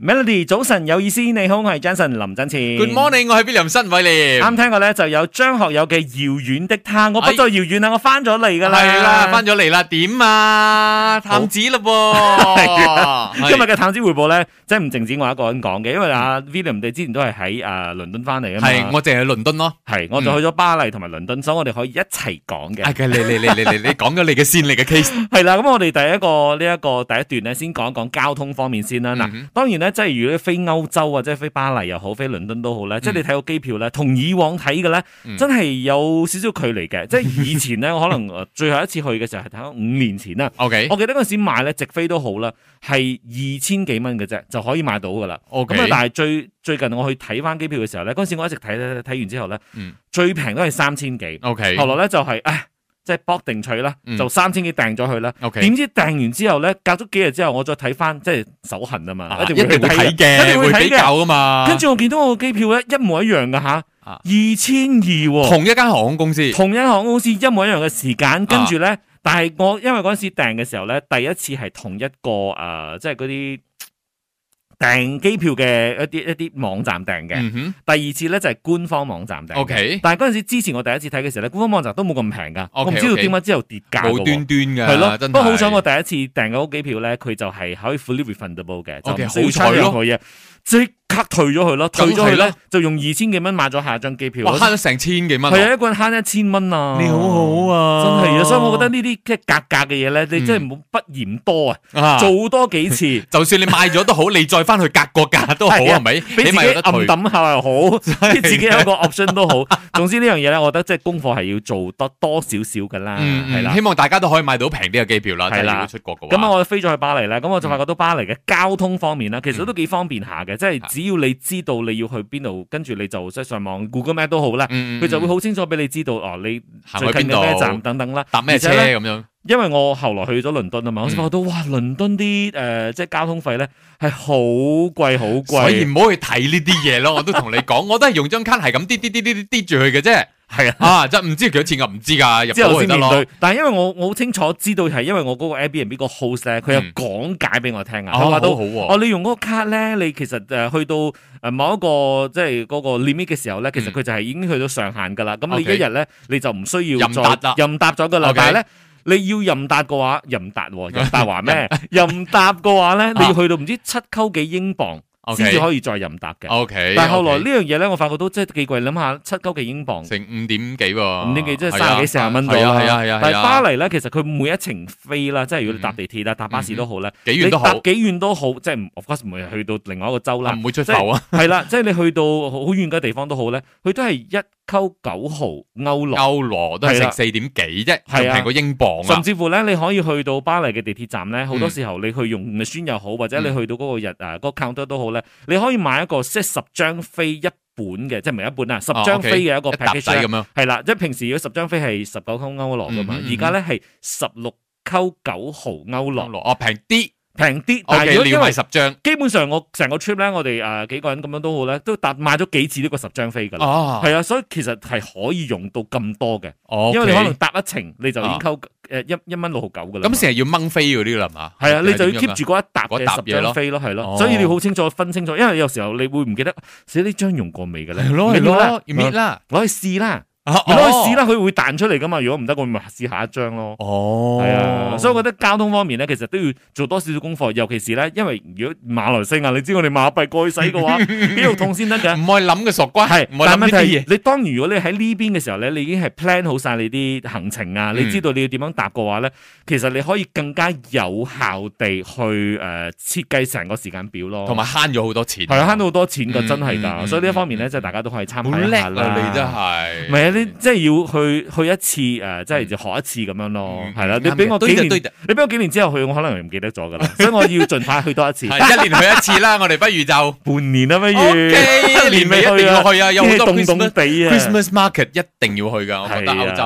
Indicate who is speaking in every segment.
Speaker 1: Melody，早晨有意思，你好，我係 Jason 林振前。
Speaker 2: Good morning，我係 William 新偉廉。
Speaker 1: 啱聽過咧，就有張學友嘅《遙遠的他》，我不
Speaker 2: 哎
Speaker 1: 再遙遠啦，我翻咗嚟噶啦，
Speaker 2: 係啦，翻咗嚟啦，點啊？探子嘞噃，
Speaker 1: 今日嘅探子回報咧，即係唔淨止我一個人講嘅，因為阿 William 你之前都係喺啊倫敦翻嚟啊嘛，
Speaker 2: 係我淨係倫敦咯。
Speaker 1: 係我就去咗巴黎同埋倫敦，所以我哋可以一齊講嘅
Speaker 2: 係。嘅，你你你你你你講咗你嘅先，你嘅 case
Speaker 1: 係啦，咁我哋第一個呢一個第一段咧，先講一講交通方面先啦。嗱、
Speaker 2: 嗯哼
Speaker 1: 當然咧，即係如果飛歐洲啊，即係飛巴黎又好，飛倫敦都好咧，即係你睇個機票咧，同以往睇嘅咧，
Speaker 2: 嗯
Speaker 1: 真係有少少距離嘅。即 係以前咧，我可能呃最後一次去嘅時候係睇五年前啦。
Speaker 2: ，OK
Speaker 1: 我記得嗰陣時買咧直飛都好啦，係二千幾蚊嘅啫，就可以買到噶啦。咁
Speaker 2: OK，
Speaker 1: 啊，但係最最近我去睇翻機票嘅時候咧，嗰陣時我一直睇睇睇睇完之後咧，
Speaker 2: 嗯
Speaker 1: 最平都係三千幾。
Speaker 2: OK
Speaker 1: 後來咧就係、唉，即係搏定取啦，
Speaker 2: 嗯
Speaker 1: 就三千幾訂咗佢啦。
Speaker 2: OK，
Speaker 1: 點知訂完之後咧，隔咗幾日之後，我再睇翻，即係手痕啊嘛，
Speaker 2: 啊一
Speaker 1: 定
Speaker 2: 定會
Speaker 1: 會去
Speaker 2: 睇
Speaker 1: 一定
Speaker 2: 嘅，
Speaker 1: 會
Speaker 2: 會
Speaker 1: 睇
Speaker 2: 比較噶嘛。
Speaker 1: 跟住我見到我個機票咧一模一樣噶吓，
Speaker 2: 啊
Speaker 1: 二千二喎，
Speaker 2: 同啊一間航空公司，
Speaker 1: 同一航空公司一模一樣嘅時間，跟住咧，但係我因為嗰陣時訂嘅時候咧，第一次係同一個誒、呃即係嗰啲訂機票嘅一啲一啲網站訂嘅，
Speaker 2: 嗯
Speaker 1: 第二次咧就係官方網站訂嘅。
Speaker 2: 哼 Ừ ，OK，
Speaker 1: 但係嗰陣時之前我第一次睇嘅時候咧，官方網站都冇咁平噶，我唔
Speaker 2: OK，
Speaker 1: 知道
Speaker 2: OK
Speaker 1: 點解之後跌價㗎
Speaker 2: 無
Speaker 1: 喎
Speaker 2: 端端嘅，
Speaker 1: 係咯，
Speaker 2: 真
Speaker 1: 不過好
Speaker 2: 係
Speaker 1: 彩我第一次訂嗰機票咧，佢就係可以 fully refundable 嘅，就
Speaker 2: OK，
Speaker 1: 唔需要
Speaker 2: 好
Speaker 1: 差
Speaker 2: 彩咯
Speaker 1: 任何嘢，即刻退咗佢咯，退咗佢
Speaker 2: 梗係
Speaker 1: 咧
Speaker 2: 啦
Speaker 1: 就用二千幾蚊買咗下一張機票
Speaker 2: 哇
Speaker 1: 咯，
Speaker 2: 慳咗成千幾蚊
Speaker 1: 係
Speaker 2: 喎，
Speaker 1: 啊，一個人慳一千蚊啊，
Speaker 2: 你好好啊，
Speaker 1: 真係啊，所以我覺得呢啲即係格價嘅嘢咧，你真係唔好不嫌多啊，
Speaker 2: 得啊
Speaker 1: 做多幾 次。
Speaker 2: 就算你賣咗都好，你再翻去格個價都好，
Speaker 1: 係啊
Speaker 2: 係咪？
Speaker 1: 俾
Speaker 2: 你
Speaker 1: 自
Speaker 2: 咪
Speaker 1: 己
Speaker 2: 有得
Speaker 1: 暗
Speaker 2: 退。啊
Speaker 1: 抌下又好，俾自己有一個 option 都好。總之呢樣嘢咧，我覺得即係功課係要做得多少少噶啦，
Speaker 2: 嗯，
Speaker 1: 啊係
Speaker 2: 嗯
Speaker 1: 啦
Speaker 2: 希。望大家都可以買到平啲嘅機票啦。
Speaker 1: 係
Speaker 2: 係
Speaker 1: 啦
Speaker 2: 啦，出國嘅話，
Speaker 1: 咁啊，我飛咗去巴黎啦，咁我就發覺到巴黎嘅交通方面啦，
Speaker 2: 嗯
Speaker 1: 其實都幾方便下嘅，即係只要你知道你要去邊度，跟住你就即係上網 Google Map 都好啦，
Speaker 2: 嗯，嗯
Speaker 1: 佢就會
Speaker 2: 嗯
Speaker 1: 好清楚俾你知道哦，你
Speaker 2: 行去
Speaker 1: 最近
Speaker 2: 邊
Speaker 1: 嘅咩站
Speaker 2: 度，
Speaker 1: 等等啦。
Speaker 2: 搭咩車
Speaker 1: 而且呢
Speaker 2: 咁樣。
Speaker 1: 因為我後來去咗倫敦啊
Speaker 2: 嗯
Speaker 1: 嘛，我先發覺到哇，倫敦啲誒即係交通費咧係好貴好
Speaker 2: 所以
Speaker 1: 貴，
Speaker 2: 唔好去睇呢啲嘢咯。我 都同你講，我都係用張卡係咁滴滴滴滴滴滴住佢嘅啫。
Speaker 1: 係啊。
Speaker 2: 啊，真唔知幾多錢我唔知㗎，入
Speaker 1: 之後
Speaker 2: 到去
Speaker 1: 先
Speaker 2: 得
Speaker 1: 面
Speaker 2: 咯
Speaker 1: 對。，但係因為我我好清楚知道係因為我嗰個 Airbnb 個 host 咧，佢有
Speaker 2: 嗯
Speaker 1: 講解俾我聽啊，
Speaker 2: 哦
Speaker 1: 佢話
Speaker 2: 好
Speaker 1: 到
Speaker 2: 好喎，
Speaker 1: 哦，你用嗰個卡咧，你其實誒去到誒某一個即係嗰個 limit 嘅時候咧，其實
Speaker 2: 嗯
Speaker 1: 佢就係已經去到上限㗎啦。咁你一
Speaker 2: OK
Speaker 1: 日咧，你就唔需要
Speaker 2: 任
Speaker 1: 再
Speaker 2: 達啦
Speaker 1: 任答咗㗎啦。
Speaker 2: OK
Speaker 1: 但係咧，你要任答嘅話，任答 喎，任答話咩？任答嘅話咧，你要去到唔知七溝幾英鎊先至
Speaker 2: 啊 OK 哦
Speaker 1: 可以再任答嘅。
Speaker 2: OK。
Speaker 1: 但係後來呢樣嘢咧，我發覺都真係幾貴。諗下七溝幾英鎊。
Speaker 2: 成五點幾喎，
Speaker 1: 五點幾即係
Speaker 2: 係啊
Speaker 1: 三十幾四十蚊到
Speaker 2: 係啊
Speaker 1: 啦，
Speaker 2: 係啊係嗯啊，
Speaker 1: 但係巴
Speaker 2: 黎
Speaker 1: 黎咧，其實佢每一程飛啦，即係如果你搭地鐵啊啦、搭巴士都好咧，
Speaker 2: 幾
Speaker 1: 你
Speaker 2: 遠都好
Speaker 1: 搭，幾遠都好，即係唔 of course 唔會去到另外一個州啦
Speaker 2: 啊，唔會出埠啊，
Speaker 1: 係啦，即係你去到好遠嘅地方都好咧，佢都係一溝九毫歐羅，
Speaker 2: 歐羅啊都係
Speaker 1: 係啦
Speaker 2: 成四點幾啫，
Speaker 1: 係啊
Speaker 2: 仲平過英鎊
Speaker 1: 甚
Speaker 2: 啊。
Speaker 1: 至乎咧你可以去到巴黎嘅地鐵站咧，好多
Speaker 2: 嗯
Speaker 1: 時候你去用 m a 又好，或者你
Speaker 2: 嗯
Speaker 1: 去到嗰個日啊嗰個 counter 都好咧，你可以買一個即係十張飛一本嘅，即係唔係一本啊，十
Speaker 2: 哦
Speaker 1: 張
Speaker 2: OK，
Speaker 1: 飛嘅一個
Speaker 2: 一沓仔
Speaker 1: package
Speaker 2: 咁
Speaker 1: 啦
Speaker 2: 樣，
Speaker 1: 係啦，即係平時如果十張飛係十九歐歐羅噶嘛
Speaker 2: 嗯，嗯嗯
Speaker 1: 而家咧係十六溝九毫歐
Speaker 2: 歐
Speaker 1: 羅，
Speaker 2: 羅哦平啲。
Speaker 1: 平啲，但係如
Speaker 2: OK，
Speaker 1: 果
Speaker 2: 你
Speaker 1: 因
Speaker 2: 要
Speaker 1: 為
Speaker 2: 買十張
Speaker 1: 基本上我成個 trip 咧，我哋啊誒幾個人咁樣都好咧，都搭買咗幾次呢個十張飛㗎啦。
Speaker 2: 哦，
Speaker 1: 係啊，所以其實係可以用到咁多嘅，
Speaker 2: 係
Speaker 1: 因為你可能搭一程你就已經扣誒一一蚊六毫九噶啦嘛。
Speaker 2: 啊咁成日要掹飛嗰啲啦係嘛，
Speaker 1: 係啊，你就
Speaker 2: 定
Speaker 1: 要
Speaker 2: 係點
Speaker 1: keep 住嗰一沓
Speaker 2: 嗰沓
Speaker 1: 嘅十
Speaker 2: 嘢
Speaker 1: 張
Speaker 2: 咯
Speaker 1: 飛咯，係咯，
Speaker 2: 哦
Speaker 1: 所以你要好清楚分清楚，因為有時候你會唔記得，死呢張用過未嘅咧？
Speaker 2: 樣係咯
Speaker 1: 唔緊
Speaker 2: 係
Speaker 1: 要啦嗯
Speaker 2: 咯，要搣啦，
Speaker 1: 攞去試啦，
Speaker 2: 啊
Speaker 1: 你攞去試，啦，佢會彈出嚟噶嘛。如果唔得，我咪試下一張咯。
Speaker 2: 哦，
Speaker 1: 係啊，所以我
Speaker 2: 覺
Speaker 1: 覺得交通方面咧，其實都要做多少少功課，尤其是咧，因為如果馬來西亞，你知我哋馬幣過去使嘅 話，幾肉痛先得嘅。
Speaker 2: 唔可以諗嘅傻瓜，
Speaker 1: 係，
Speaker 2: 啊唔可以
Speaker 1: 但
Speaker 2: 諗呢
Speaker 1: 問題
Speaker 2: 啲
Speaker 1: 係
Speaker 2: 嘢，
Speaker 1: 你當然如果你喺呢邊嘅時候咧，你已經係 plan 好晒你啲行程啊，你
Speaker 2: 嗯
Speaker 1: 知道你要點樣搭嘅話咧，其實你可以更加有效地去誒、呃、設計成個時間表咯，
Speaker 2: 同埋慳咗好多錢，
Speaker 1: 係啊慳到好多錢㗎，
Speaker 2: 嗯
Speaker 1: 真係㗎，
Speaker 2: 嗯嗯
Speaker 1: 所以呢一方面咧，
Speaker 2: 嗯
Speaker 1: 即係大家都可以參
Speaker 2: 好
Speaker 1: 考一
Speaker 2: 叻
Speaker 1: 下啦。
Speaker 2: 啊你真係，
Speaker 1: 唔係啊，你即係要去去一次誒、呃即係
Speaker 2: 嗯
Speaker 1: 就學一次咁樣咯，
Speaker 2: 嗯
Speaker 1: 係啦、
Speaker 2: 啱
Speaker 1: 你俾我
Speaker 2: 嘅
Speaker 1: 幾
Speaker 2: 對
Speaker 1: 年
Speaker 2: 嘅對。嘅
Speaker 1: 你俾我幾年之後去，我可能唔記得咗㗎啦，所以我要盡快去多 一次，
Speaker 2: 係一年去一次啦，我哋不如就
Speaker 1: 半年啦不如，
Speaker 2: OK，
Speaker 1: 一
Speaker 2: 年尾一
Speaker 1: 未
Speaker 2: 定
Speaker 1: 啊
Speaker 2: 要去啊，有好多
Speaker 1: 天氣凍
Speaker 2: à, Christmas
Speaker 1: 凍地啊。
Speaker 2: Christmas market 一定要去噶，我覺得
Speaker 1: 係
Speaker 2: 歐
Speaker 1: 啊
Speaker 2: 洲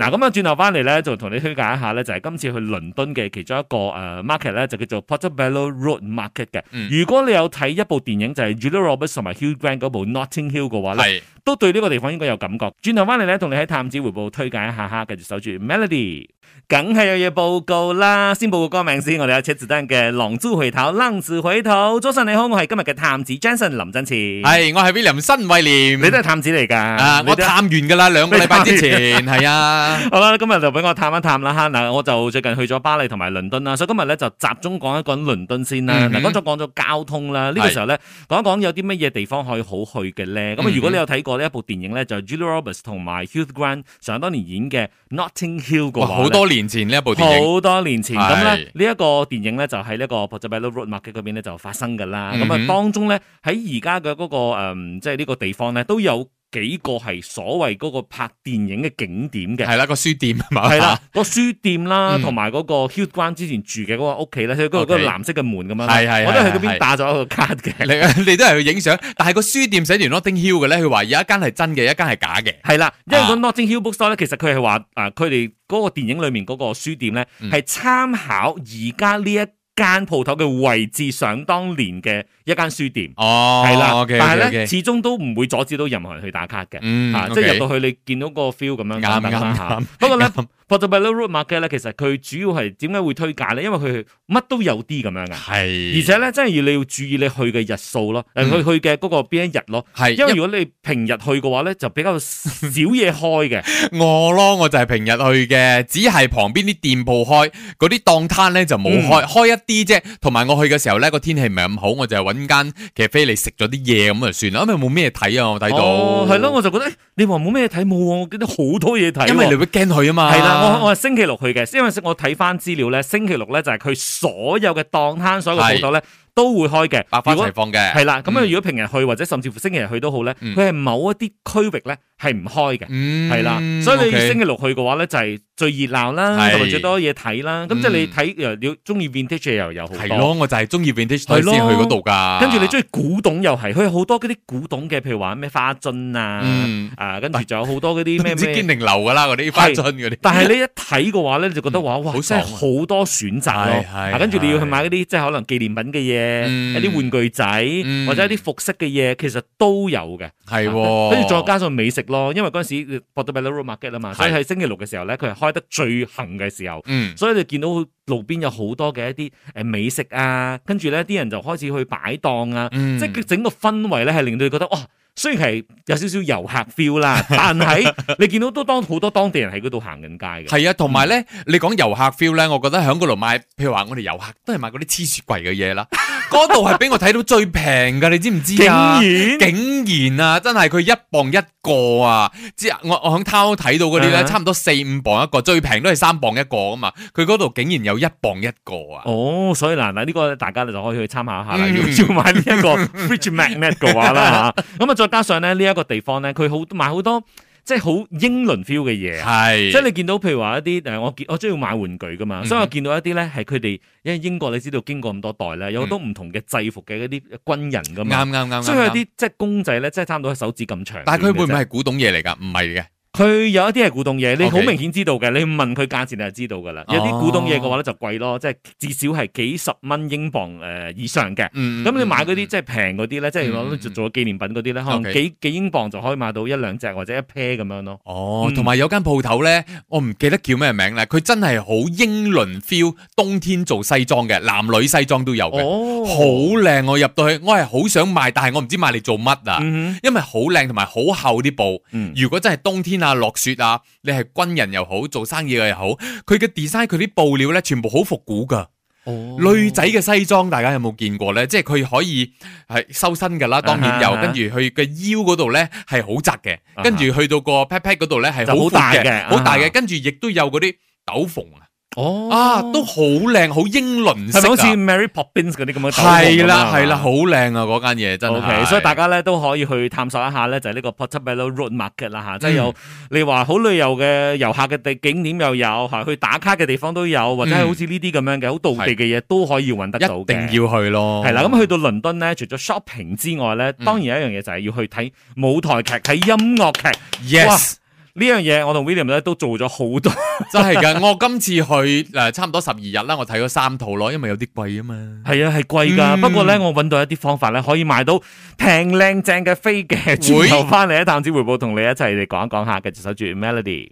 Speaker 1: 嗱，咁啊，轉頭翻嚟咧，就同你推介一下咧，就係今次去倫敦嘅其中一個誒 market 咧，就叫做 Portobello Road Market 嘅。
Speaker 2: 嗯
Speaker 1: 如果你有睇一部電影就係 Julia Roberts 同埋 Hugh Grant 嗰部 Notting Hill 嘅話咧，
Speaker 2: 係
Speaker 1: 都對呢個地方應該有感覺。轉頭翻嚟咧，同你喺探子回報推介一下哈，繼續守住 Melody。梗係有嘢報告啦，先報個歌名先。我哋有車子丹嘅《狼蛛回頭》，愣住回頭。早晨你好，我係今日嘅探子 Jason 林振前。
Speaker 2: 系我系 William 新伟廉，
Speaker 1: 你都係探子嚟㗎。
Speaker 2: 啊，
Speaker 1: 你
Speaker 2: 我
Speaker 1: 都係
Speaker 2: 探完噶啦，兩個禮拜之前係啊，
Speaker 1: 好啦，今日就俾我探一探啦哈。嗱，我就最近去咗巴黎同埋倫敦啦，所以今日咧就集中講一講倫敦先啦。
Speaker 2: 嗯
Speaker 1: 嗱、
Speaker 2: 哼
Speaker 1: 講咗講咗交通啦，呢、個
Speaker 2: 係
Speaker 1: 時候咧講一講有啲乜嘢地方可以好去嘅咧。咁啊
Speaker 2: 嗯，哼
Speaker 1: 如果你有睇過呢一部電影咧，就係 Julia Roberts 同埋 Hugh Grant 想當年演嘅 Notting Hill 嘅
Speaker 2: 哇，
Speaker 1: 話
Speaker 2: 哦好
Speaker 1: 呢
Speaker 2: 多年前呢一部電影，
Speaker 1: 好多年前
Speaker 2: 係
Speaker 1: 咁咧，呢一個電影咧就喺呢個 Portobello Road Market 嗰邊咧就發生㗎啦。咁啊、
Speaker 2: 嗯哼
Speaker 1: 當中咧喺而家嘅嗰個、誒即係呢個地方咧都有幾個係所謂嗰個拍電影嘅景點嘅。
Speaker 2: 係啦個書店係嘛，
Speaker 1: 係啦，個書店啦，
Speaker 2: 啊嗯
Speaker 1: 同埋嗰個 Hugh Grant 之前住嘅嗰個屋企咧，所以嗰個嗰個
Speaker 2: OK
Speaker 1: 藍色嘅門咁樣啦，
Speaker 2: 係，係係
Speaker 1: 我都去嗰
Speaker 2: 係
Speaker 1: 邊打咗一個卡嘅。
Speaker 2: 你 你都係去影相，但係個書店寫完 Notting Hill 嘅咧，佢話有一間係真嘅，一間係假嘅。
Speaker 1: 係啦，因為
Speaker 2: 啊
Speaker 1: 個 Notting Hill Bookstore 咧，其實佢係話啊，佢哋嗰個電影裏面嗰個書店咧，
Speaker 2: 嗯
Speaker 1: 係參考而家呢一間鋪頭嘅位置，想當年嘅一間書店。
Speaker 2: 哦，
Speaker 1: 係啦，
Speaker 2: OK，
Speaker 1: 但係
Speaker 2: OK，OK
Speaker 1: 咧，始終都唔會阻止到任何人去打卡嘅。
Speaker 2: 嗯
Speaker 1: 啊，即係
Speaker 2: OK
Speaker 1: 入到去你見到個 feel 咁樣
Speaker 2: 啱
Speaker 1: 等等啦
Speaker 2: 啱
Speaker 1: 嚇
Speaker 2: 啱
Speaker 1: 不過咧
Speaker 2: 啱
Speaker 1: ，Portobello Road Market 咧，其實佢主要係點解會推介咧？因為佢乜都有啲咁樣嘅。
Speaker 2: 係，
Speaker 1: 而且咧，真係要你要注意你去嘅日數咯，誒、
Speaker 2: 嗯
Speaker 1: 去去嘅嗰個邊一日咯。
Speaker 2: 係
Speaker 1: 因為如果你平日去嘅話咧，就比較少嘢開嘅，
Speaker 2: 我咯，我就係平日去嘅，只係旁邊啲店鋪開，嗰啲檔攤咧就冇開，開一啲啫。同埋我去嘅時候咧，個天氣唔係咁好，我就係揾間咖啡嚟食咗啲嘢咁就算啦，因為冇咩睇啊，我 睇到。
Speaker 1: 哦係咯、我就覺得誒你話冇咩睇冇喎，我記得好多嘢睇喎。
Speaker 2: 因為你會驚佢啊嘛。
Speaker 1: 係啦，我我係星期六去嘅，因為我睇翻資料咧，星期六咧就係佢所有嘅檔攤、所有嘅鋪頭咧都會開嘅。
Speaker 2: 百花
Speaker 1: 如果
Speaker 2: 齊放嘅。
Speaker 1: 係啦，咁啊，
Speaker 2: 嗯
Speaker 1: 如果平日去或者甚至乎星期日去都好咧，
Speaker 2: 嗯
Speaker 1: 佢係某一啲區域咧係唔開嘅。
Speaker 2: 嗯，
Speaker 1: 係啦，所以你
Speaker 2: OK
Speaker 1: 星期六去嘅話咧，就係最熱鬧啦，
Speaker 2: 係
Speaker 1: 同埋最多嘢睇啦。咁即係你
Speaker 2: 嗯
Speaker 1: 睇又要中意 vintage 嘢又有好
Speaker 2: 係
Speaker 1: 多，
Speaker 2: 咯，我就係中意 vintage 所以
Speaker 1: 係咯
Speaker 2: 先去嗰度噶。
Speaker 1: 跟住你中意古董又係，佢有好多嗰啲古董嘅，譬如話咩花樽啊，
Speaker 2: 嗯，
Speaker 1: 啊，跟住仲有好多嗰啲咩
Speaker 2: 唔知堅
Speaker 1: 咩。
Speaker 2: 定流噶啦，嗰啲花樽嗰啲。
Speaker 1: 但係你一睇嘅話咧，你就覺得話哇，
Speaker 2: 好
Speaker 1: 真
Speaker 2: 爽
Speaker 1: 係
Speaker 2: 啊
Speaker 1: 好多選擇咯
Speaker 2: 係。係
Speaker 1: 啊跟住你要去
Speaker 2: 係
Speaker 1: 買嗰啲即係可能紀念品嘅嘢，
Speaker 2: 嗯
Speaker 1: 一啲玩具仔
Speaker 2: 嗯
Speaker 1: 或者一啲服飾嘅嘢，其實都有嘅。
Speaker 2: 係
Speaker 1: 啊
Speaker 2: 喎，
Speaker 1: 跟住再加上美食咯，因為嗰陣時 Portobello Road Market 啊嘛，所以喺星期六嘅時候咧，佢係開得最行嘅時候，
Speaker 2: 嗯
Speaker 1: 所以你見到路邊有好多嘅一啲誒美食啊，跟住咧啲人就開始去擺檔啊，
Speaker 2: 嗯，
Speaker 1: 即係佢整個氛圍咧係令到你覺得哇，雖然係有少少遊客 feel 啦，但係你見到都當好多當地人喺嗰度行緊街嘅，
Speaker 2: 係啊，同埋咧，你講遊客 feel 咧，我覺得喺嗰度買，譬如話我哋遊客都係買嗰啲黐雪櫃嘅嘢 啦，嗰度係俾我睇到最平噶，你知唔知
Speaker 1: 竟
Speaker 2: 啊？
Speaker 1: 然
Speaker 2: 竟然啊，真係佢一磅一個啊！即係我我喺攤睇到嗰啲
Speaker 1: 啊哈
Speaker 2: 咧，差唔多四五磅一個，最平都係三磅一個啊嘛。佢嗰度竟然有一磅一個啊！
Speaker 1: 哦，所以嗱嗱呢個大家就可以去參考一下啦。
Speaker 2: 嗯
Speaker 1: 如果要買呢一 個 fridge magnet 嘅話啦嚇，咁啊再加上咧呢一個地方咧，佢好買好多即係好英倫 feel 嘅嘢啊。
Speaker 2: 係，
Speaker 1: 即係你見到譬如話一啲誒，我見我中意買玩具噶嘛，
Speaker 2: 嗯
Speaker 1: 所以我見到一啲咧係佢哋，因為英國你知道經過咁多代咧，有好多唔同嘅制服嘅嗰啲軍人噶嘛，
Speaker 2: 嗯啱啱啱，
Speaker 1: 所以佢有
Speaker 2: 啱
Speaker 1: 啲即係公仔咧，即係差唔多手指咁長。
Speaker 2: 但係佢會唔會？係古董嘢嚟㗎？唔係嘅，
Speaker 1: 佢有一啲係古董嘢，你
Speaker 2: OK 哦
Speaker 1: 好明顯知道嘅，你問佢價錢你就知道㗎啦。有啲古董嘢嘅話咧就貴咯，即係至少係幾十蚊英鎊誒以上嘅。
Speaker 2: 嗯，
Speaker 1: 咁你買嗰
Speaker 2: 嗯
Speaker 1: 啲即係平嗰啲咧，即係攞嚟做做紀念品嗰啲咧，可能
Speaker 2: OK
Speaker 1: 幾幾英鎊就可以買到一兩隻或者一 pair 咁樣咯。
Speaker 2: 哦，
Speaker 1: 嗯
Speaker 2: 同埋有間鋪頭咧，我唔記得叫咩名啦。佢真係好英倫 feel，冬天做西裝嘅，男女西裝都有嘅，
Speaker 1: 哦
Speaker 2: 好靚。我入到去，我係好想買，但係我唔知買嚟做乜啊，
Speaker 1: 嗯
Speaker 2: 因為好靚同埋好厚啲布。
Speaker 1: 哼，
Speaker 2: 如果真係冬天啊，落雪啊，你係軍人又好，做生意嘅又好，佢嘅 design 佢啲布料咧，全部好復古㗎。
Speaker 1: 嗯
Speaker 2: 女仔嘅西裝，大家有冇見過咧？即係佢可以係修身㗎啦，當然
Speaker 1: 啊
Speaker 2: 有。
Speaker 1: 哈
Speaker 2: 跟住佢嘅腰嗰度咧係好窄嘅
Speaker 1: 啊哈，
Speaker 2: 跟住去到個 pat pat 嗰度咧係
Speaker 1: 就好
Speaker 2: 好
Speaker 1: 大
Speaker 2: 大
Speaker 1: 嘅
Speaker 2: 嘅，好大
Speaker 1: 啊哈
Speaker 2: 嘅。跟住亦都有嗰啲斗篷啊，
Speaker 1: 哦
Speaker 2: 啊都好靚，好英倫
Speaker 1: 係咪好似
Speaker 2: 式啊！
Speaker 1: Mary Poppins 嗰啲咁樣斗篷咁
Speaker 2: 係
Speaker 1: 啊
Speaker 2: 啦係啦，好靚啊！嗰間嘢真
Speaker 1: O、k
Speaker 2: 係。
Speaker 1: 所以大家咧都可以去探索一下咧，就係、呢個 Portobello Road Market 啦嚇，即係
Speaker 2: 嗯
Speaker 1: 有、你話好旅遊嘅遊客嘅地景點又有，嚇去打卡嘅地方都有，或者係好似呢啲咁樣嘅好道地嘅嘢都可以揾得
Speaker 2: 嗯一
Speaker 1: 到
Speaker 2: 定
Speaker 1: 嘅。
Speaker 2: 要去咯。
Speaker 1: 係啦，咁去到倫敦咧，除咗 shopping 之外咧，
Speaker 2: 嗯
Speaker 1: 當然有一樣嘢就係要去睇舞台劇、睇音樂劇
Speaker 2: yes。
Speaker 1: 呢樣嘢。我同 William 咧都做咗好多，
Speaker 2: 真係㗎！ 我今次去誒差唔多十二日啦，我睇咗三套咯，因為有啲貴啊嘛。
Speaker 1: 係啊係貴㗎。
Speaker 2: 嗯
Speaker 1: 不過咧，我揾到一啲方法咧，可以買到平靚正嘅飛嘅。
Speaker 2: 會
Speaker 1: 轉頭翻嚟一探子回報，同你一齊嚟講一講下嘅，繼續守住 Melody。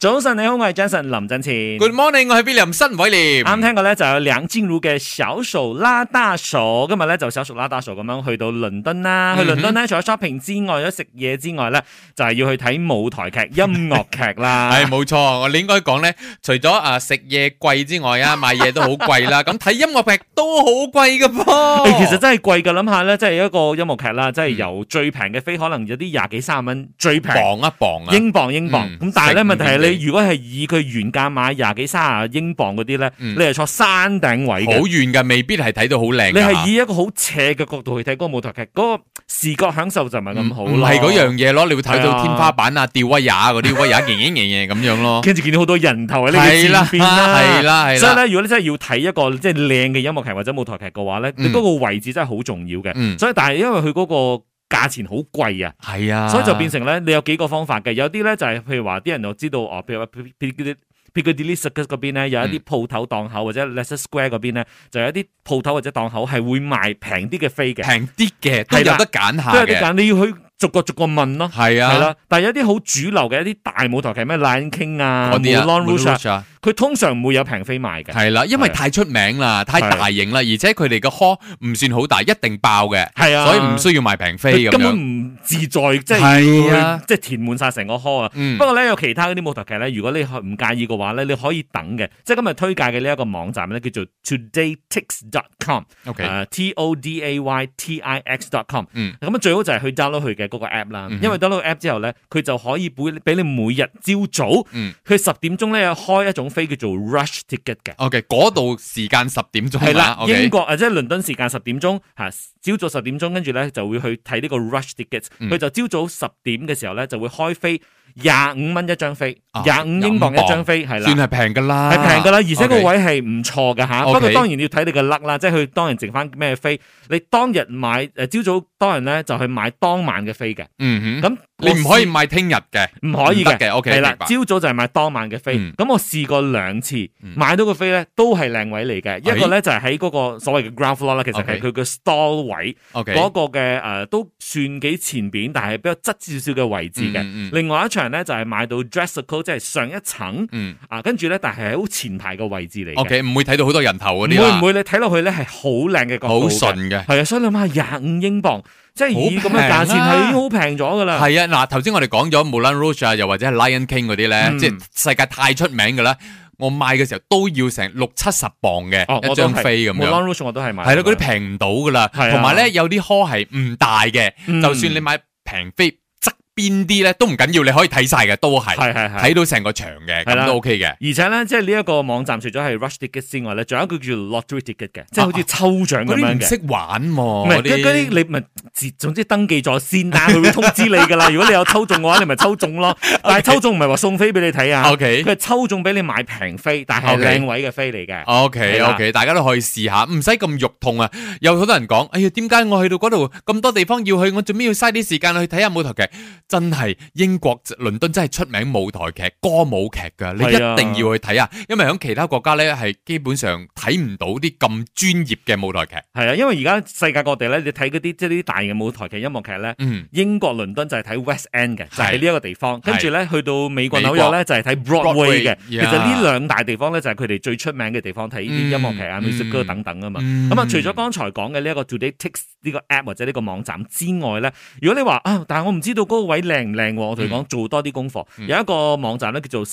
Speaker 1: 早晨，你好，我係 Jason 林振前。
Speaker 2: Good morning，我係 William 新偉廉。
Speaker 1: 啱聽過咧就有梁靜茹嘅小手拉大手，今日咧就小手拉大手咁樣去到倫敦
Speaker 2: 嗯
Speaker 1: 啦。去倫敦咧除咗 shopping 之外，咗食嘢之外咧，就係要去睇舞台劇、音樂劇啦。
Speaker 2: 係冇錯，我哋應該講咧，除咗啊食嘢貴之外啊，買嘢都好貴啦。咁睇音樂劇都好貴噶
Speaker 1: 誒
Speaker 2: 噃。
Speaker 1: 哎其實真係貴㗎，諗下咧，即係一個音樂劇啦，即係
Speaker 2: 嗯
Speaker 1: 由最平嘅飛，可能有啲廿幾三十蚊最平。
Speaker 2: 磅一磅啊，
Speaker 1: 英鎊英鎊，咁、
Speaker 2: 嗯
Speaker 1: 但係咧
Speaker 2: 成
Speaker 1: 問題係
Speaker 2: 五點
Speaker 1: 你如果係以佢原價買廿幾三十啊英鎊嗰啲咧，
Speaker 2: 嗯
Speaker 1: 你係坐山頂位
Speaker 2: 好啊
Speaker 1: 嘅，
Speaker 2: 遠噶，未必係睇到好靚㗎。
Speaker 1: 你係以一個好斜嘅角度去睇嗰個舞台劇，嗰、個視覺享受就唔係咁好
Speaker 2: 唔唔
Speaker 1: 咯。
Speaker 2: 係嗰樣嘢咯，你會睇
Speaker 1: 係
Speaker 2: 到
Speaker 1: 啊
Speaker 2: 天花板啊、吊威亞嗰啲威亞，型型型型咁樣咯。
Speaker 1: 跟住見到好多人頭啊喺呢個
Speaker 2: 係
Speaker 1: 前
Speaker 2: 啦，
Speaker 1: 邊啦，
Speaker 2: 係啦，係
Speaker 1: 所以
Speaker 2: 啦。
Speaker 1: 咧，如果你真係要睇一個即係靚嘅音樂劇或者舞台劇嘅話咧，
Speaker 2: 嗯
Speaker 1: 你嗰個位置真係好重要嘅。
Speaker 2: 嗯
Speaker 1: 所以但係因為佢嗰個價錢好貴啊。
Speaker 2: 係啊，
Speaker 1: 所以就變成咧，你有幾個方法嘅，有啲咧就係、譬如話啲人就知道哦，譬如話 Pic- Pic- Piccadilly Circus 嗰邊咧有
Speaker 2: 嗯
Speaker 1: 一啲鋪頭檔口或者 Leicester Square 嗰邊咧，就有一啲鋪頭或者檔口係會賣平啲嘅飛嘅，
Speaker 2: 平啲嘅，都有
Speaker 1: 係啦
Speaker 2: 得揀下
Speaker 1: 都有啲
Speaker 2: 嘅。
Speaker 1: 揀，你要去逐個逐個問咯，
Speaker 2: 係
Speaker 1: 係
Speaker 2: 啊，
Speaker 1: 啦。但係有啲好主流嘅一啲大舞台劇，咩 Lion King 啊、
Speaker 2: 嗰啲啊
Speaker 1: Moulin Rouge 啊，
Speaker 2: 啊，
Speaker 1: 佢通常唔會有平飛賣嘅，
Speaker 2: 係啦，因為
Speaker 1: 係
Speaker 2: 太出名啦，太大型啦，而且佢哋嘅 call 唔算好大，一定爆嘅，
Speaker 1: 係啊，
Speaker 2: 所以唔需要賣平飛
Speaker 1: 佢
Speaker 2: 咁
Speaker 1: 根本
Speaker 2: 樣。
Speaker 1: 唔自在，即
Speaker 2: 係
Speaker 1: 係
Speaker 2: 啊
Speaker 1: 要去即係填滿晒成個 hall 啊。
Speaker 2: 嗯
Speaker 1: 不過咧，有其他嗰啲舞台劇咧，如果你唔介意嘅話咧，你可以等嘅。即係今日推介嘅呢一個網站咧，叫做 todaytix.com，
Speaker 2: ，OK，
Speaker 1: 誒呃 T O D A Y T I X.com。
Speaker 2: 嗯
Speaker 1: 咁啊，最好就係去 download 佢嘅嗰個 app 啦
Speaker 2: 嗯哼，
Speaker 1: 因為 download 個 app 之後咧，佢就可以俾俾你每日朝早
Speaker 2: 嗯，
Speaker 1: 佢十點鐘咧有開一種飛叫做 rush ticket 嘅。
Speaker 2: OK，嗰度時間十點鐘
Speaker 1: 係啦，
Speaker 2: OK
Speaker 1: 英國啊，即係倫敦時間十點鐘嚇，朝早十點鐘，跟住咧就會去睇呢個 rush tickets，
Speaker 2: 嗯
Speaker 1: 佢、就朝早十點嘅時候咧就會開飛廿五蚊一張飛
Speaker 2: 啊，
Speaker 1: 廿五、英鎊一張飛係
Speaker 2: 算
Speaker 1: 啦。
Speaker 2: 係平噶啦，
Speaker 1: 係平噶啦，而且個
Speaker 2: OK
Speaker 1: 位係唔錯噶吓。
Speaker 2: OK
Speaker 1: 不過當然要睇你嘅 luck 啦，即係佢當然剩翻咩飛，你當日買誒朝早當日咧就去買當晚嘅飛嘅，
Speaker 2: 嗯哼，
Speaker 1: 咁
Speaker 2: 你
Speaker 1: 我
Speaker 2: 唔可以
Speaker 1: 試
Speaker 2: 買聽日嘅，
Speaker 1: 唔可以
Speaker 2: 唔得
Speaker 1: 嘅
Speaker 2: 嘅，OK，
Speaker 1: 係啦
Speaker 2: 明白，
Speaker 1: 朝早就係買當晚嘅飛。
Speaker 2: 嗯
Speaker 1: 咁我試過兩次
Speaker 2: 嗯哎
Speaker 1: 買到個飛咧，都係靚位嚟嘅。一個咧就係喺嗰個所謂嘅 ground floor 啦，其實係
Speaker 2: OK
Speaker 1: 佢嘅 stall 位
Speaker 2: OK，
Speaker 1: 嗰個嘅誒都算幾前邊，但係比較側少少嘅位置嘅。
Speaker 2: 嗯嗯
Speaker 1: 另外一場咧就係買到 dressicle，即係上一層
Speaker 2: 嗯
Speaker 1: 啊，跟住咧但係係好前排嘅位置嚟嘅。
Speaker 2: ，OK，唔會睇到好多人頭嗰
Speaker 1: 唔
Speaker 2: 啲
Speaker 1: 會唔
Speaker 2: 啦，
Speaker 1: 會你睇落去咧係好靚嘅角
Speaker 2: 好
Speaker 1: 度嘅，
Speaker 2: 順嘅。
Speaker 1: 係啊，所以你諗下廿五英鎊，即係以咁
Speaker 2: 好平
Speaker 1: 嘅價錢
Speaker 2: 啊
Speaker 1: 係已經好平咗噶啦。
Speaker 2: 係啊，嗱，頭先我哋講咗 Moulin Rouge 啊，又或者係 Lion King 嗰啲咧，
Speaker 1: 嗯
Speaker 2: 即係世界太出名㗎啦。我買嘅時候都要成六七十磅嘅
Speaker 1: 哦，
Speaker 2: 一
Speaker 1: 我
Speaker 2: 張飛咁
Speaker 1: m o
Speaker 2: 樣，
Speaker 1: l 我都係買。
Speaker 2: 係咯，嗰啲平唔到㗎啦。
Speaker 1: 係啊
Speaker 2: 同埋咧，有啲 call 係唔大嘅，
Speaker 1: 嗯
Speaker 2: 就算你買平飛側邊啲咧都唔緊要，你可以睇晒嘅，都係
Speaker 1: 係係係。
Speaker 2: 睇到成個場
Speaker 1: 係
Speaker 2: 嘅，咁
Speaker 1: 啦
Speaker 2: 都 OK 嘅。
Speaker 1: 而且咧，即係呢一個網站除咗係 rush ticket 之外咧，仲有一個叫 lottery ticket 嘅，即係好似抽獎
Speaker 2: 啊嗰
Speaker 1: 咁樣
Speaker 2: 啲唔
Speaker 1: 嘅。
Speaker 2: 識玩
Speaker 1: 唔
Speaker 2: 喎，
Speaker 1: 係嗰嗰啲你咪自總之登記咗先啦，佢會通知你噶啦。如果你有抽中嘅話，你咪抽中咯。 但係抽中唔係話送飛俾你睇啊，
Speaker 2: OK
Speaker 1: 佢係抽中俾你買平飛，但係
Speaker 2: OK
Speaker 1: 靚位嘅飛嚟嘅。
Speaker 2: O K
Speaker 1: 係
Speaker 2: O
Speaker 1: 啦
Speaker 2: K，大家都可以試下，唔使咁肉痛啊！有好多人講，哎呀，點解我去到嗰度咁多地方要去，我做咩要嘥啲時間去睇下舞台劇？真係英國倫敦真係出名舞台劇、歌舞劇㗎，你一
Speaker 1: 係啊
Speaker 2: 定要去睇啊！因為喺其他國家呢，係基本上睇唔到啲咁專業嘅舞台劇。
Speaker 1: 係啊，因為而家世界各地咧，你睇嗰啲即係呢啲大嘅舞台劇、音樂劇咧。
Speaker 2: 嗯
Speaker 1: 英國倫敦就係睇 West End 嘅，就係呢一個地方。跟住咧，去到美國
Speaker 2: 美
Speaker 1: 紐
Speaker 2: 國
Speaker 1: 約咧就係睇
Speaker 2: Broadway
Speaker 1: Broadway 嘅。其實
Speaker 2: yeah
Speaker 1: 呢兩大地方咧就係佢哋最出名嘅地方，睇
Speaker 2: 嗯
Speaker 1: 啲音樂劇啊、
Speaker 2: 嗯
Speaker 1: music 歌等等啊嘛。
Speaker 2: 嗯
Speaker 1: 咁啊，除咗剛才講嘅呢一個 Today Takes 呢個 app 或者呢個網站之外咧，如果你話啊，但係我唔知道嗰個位靚唔靚喎，我同你講做多啲功課。
Speaker 2: 嗯
Speaker 1: 有一個網站咧叫做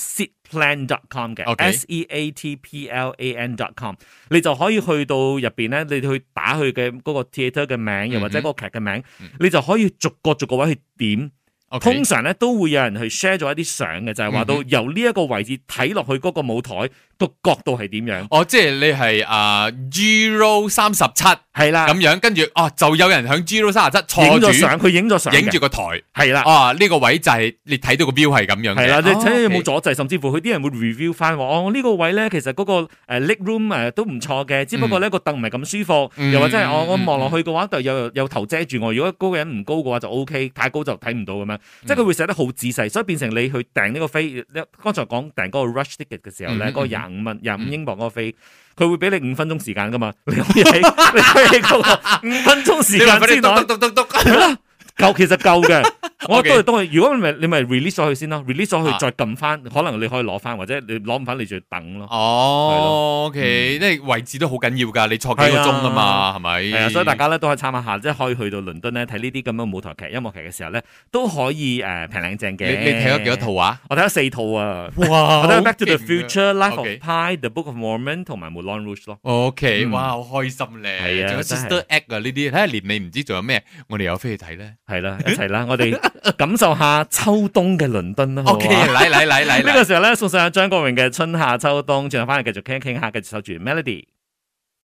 Speaker 1: seatplan.com 嘅
Speaker 2: OK
Speaker 1: ，S E A T P L A N.com，你就可以去到入邊咧，你去打佢嘅嗰個 theatre 嘅名，又或者嗰個劇嘅名
Speaker 2: 嗯，
Speaker 1: 你就可以逐個逐個位去點。
Speaker 2: ，O K
Speaker 1: 通常咧都會有人去 share 咗一啲相嘅，就係話到
Speaker 2: 嗯
Speaker 1: 由呢一個位置睇落去嗰個舞台個角度係點樣。
Speaker 2: 哦，即係你係啊 Zero 三十七咁
Speaker 1: 係啦，
Speaker 2: 樣，跟住哦就有人響 Zero 三十七
Speaker 1: 影咗
Speaker 2: 坐住
Speaker 1: 相，佢影咗相嘅，
Speaker 2: 影住個台。
Speaker 1: 係啦。
Speaker 2: 啊！呢、個位就係你睇到個 view 係咁樣嘅，
Speaker 1: 係啦，你睇下有
Speaker 2: 哦
Speaker 1: 冇
Speaker 2: ，OK
Speaker 1: 阻滯，甚至乎佢啲人會 review 翻話，哦呢個位咧，其實嗰個誒 leg room 誒都唔錯嘅，只不過咧個凳唔係咁舒服，
Speaker 2: 嗯
Speaker 1: 又或者係哦我我
Speaker 2: 嗯
Speaker 1: 望落去嘅話，就有有頭遮住我。如果嗰個人唔高嘅話就 O K，太高就睇唔到咁
Speaker 2: 嗯
Speaker 1: 樣。即係佢會寫得好仔細，所以變成你去訂呢個飛，剛才講訂嗰個 rush ticket 嘅時候咧，
Speaker 2: 嗯
Speaker 1: 嗰個廿五蚊、廿五英鎊嗰個飛。佢會俾你五分鐘時間噶嘛？你可以喺 你可以喺嗰個五分鐘時
Speaker 2: 你話
Speaker 1: 間
Speaker 2: 俾
Speaker 1: 之
Speaker 2: 你
Speaker 1: 內
Speaker 2: 篤篤篤篤篤
Speaker 1: 夠，其實夠嘅。我
Speaker 2: OK
Speaker 1: 都係都係，如果你咪你咪 release 咗佢先咯，release 咗
Speaker 2: 啊
Speaker 1: 佢再撳翻，可能你可以攞翻，或者你攞唔翻你就要等咯。
Speaker 2: 哦，OK，即系位置都好緊要㗎，你坐幾個鐘㗎嘛，係咪？
Speaker 1: 係啊，所以大家咧都可以參考下，即係可以去到倫敦咧睇呢啲咁樣舞台劇、音樂劇嘅時候咧，都可以誒平靚正
Speaker 2: 你
Speaker 1: 嘅。
Speaker 2: 你睇咗幾多？套啊？
Speaker 1: 我睇咗四套啊！
Speaker 2: 哇
Speaker 1: 我睇咗 Back to the Future、Life of
Speaker 2: OK
Speaker 1: Pi、The Book of Mormon 同埋 Moulin Rouge 咯。
Speaker 2: O K，
Speaker 1: 嗯
Speaker 2: 哇，好開心咧！
Speaker 1: 係啊
Speaker 2: 仲有
Speaker 1: 真係
Speaker 2: Sister Act 啊呢啲，睇下年尾唔知仲有咩，我哋有飛去睇咧。
Speaker 1: 係啦，一齊啦，我 哋感受下秋冬嘅倫敦啦。好
Speaker 2: O
Speaker 1: 唔
Speaker 2: K，
Speaker 1: 好啊
Speaker 2: 嚟嚟嚟嚟
Speaker 1: 呢
Speaker 2: 嚟
Speaker 1: 個。時候咧，送上張國榮嘅《春夏秋冬》，轉頭翻嚟繼續傾一傾下，繼續守住 Melody。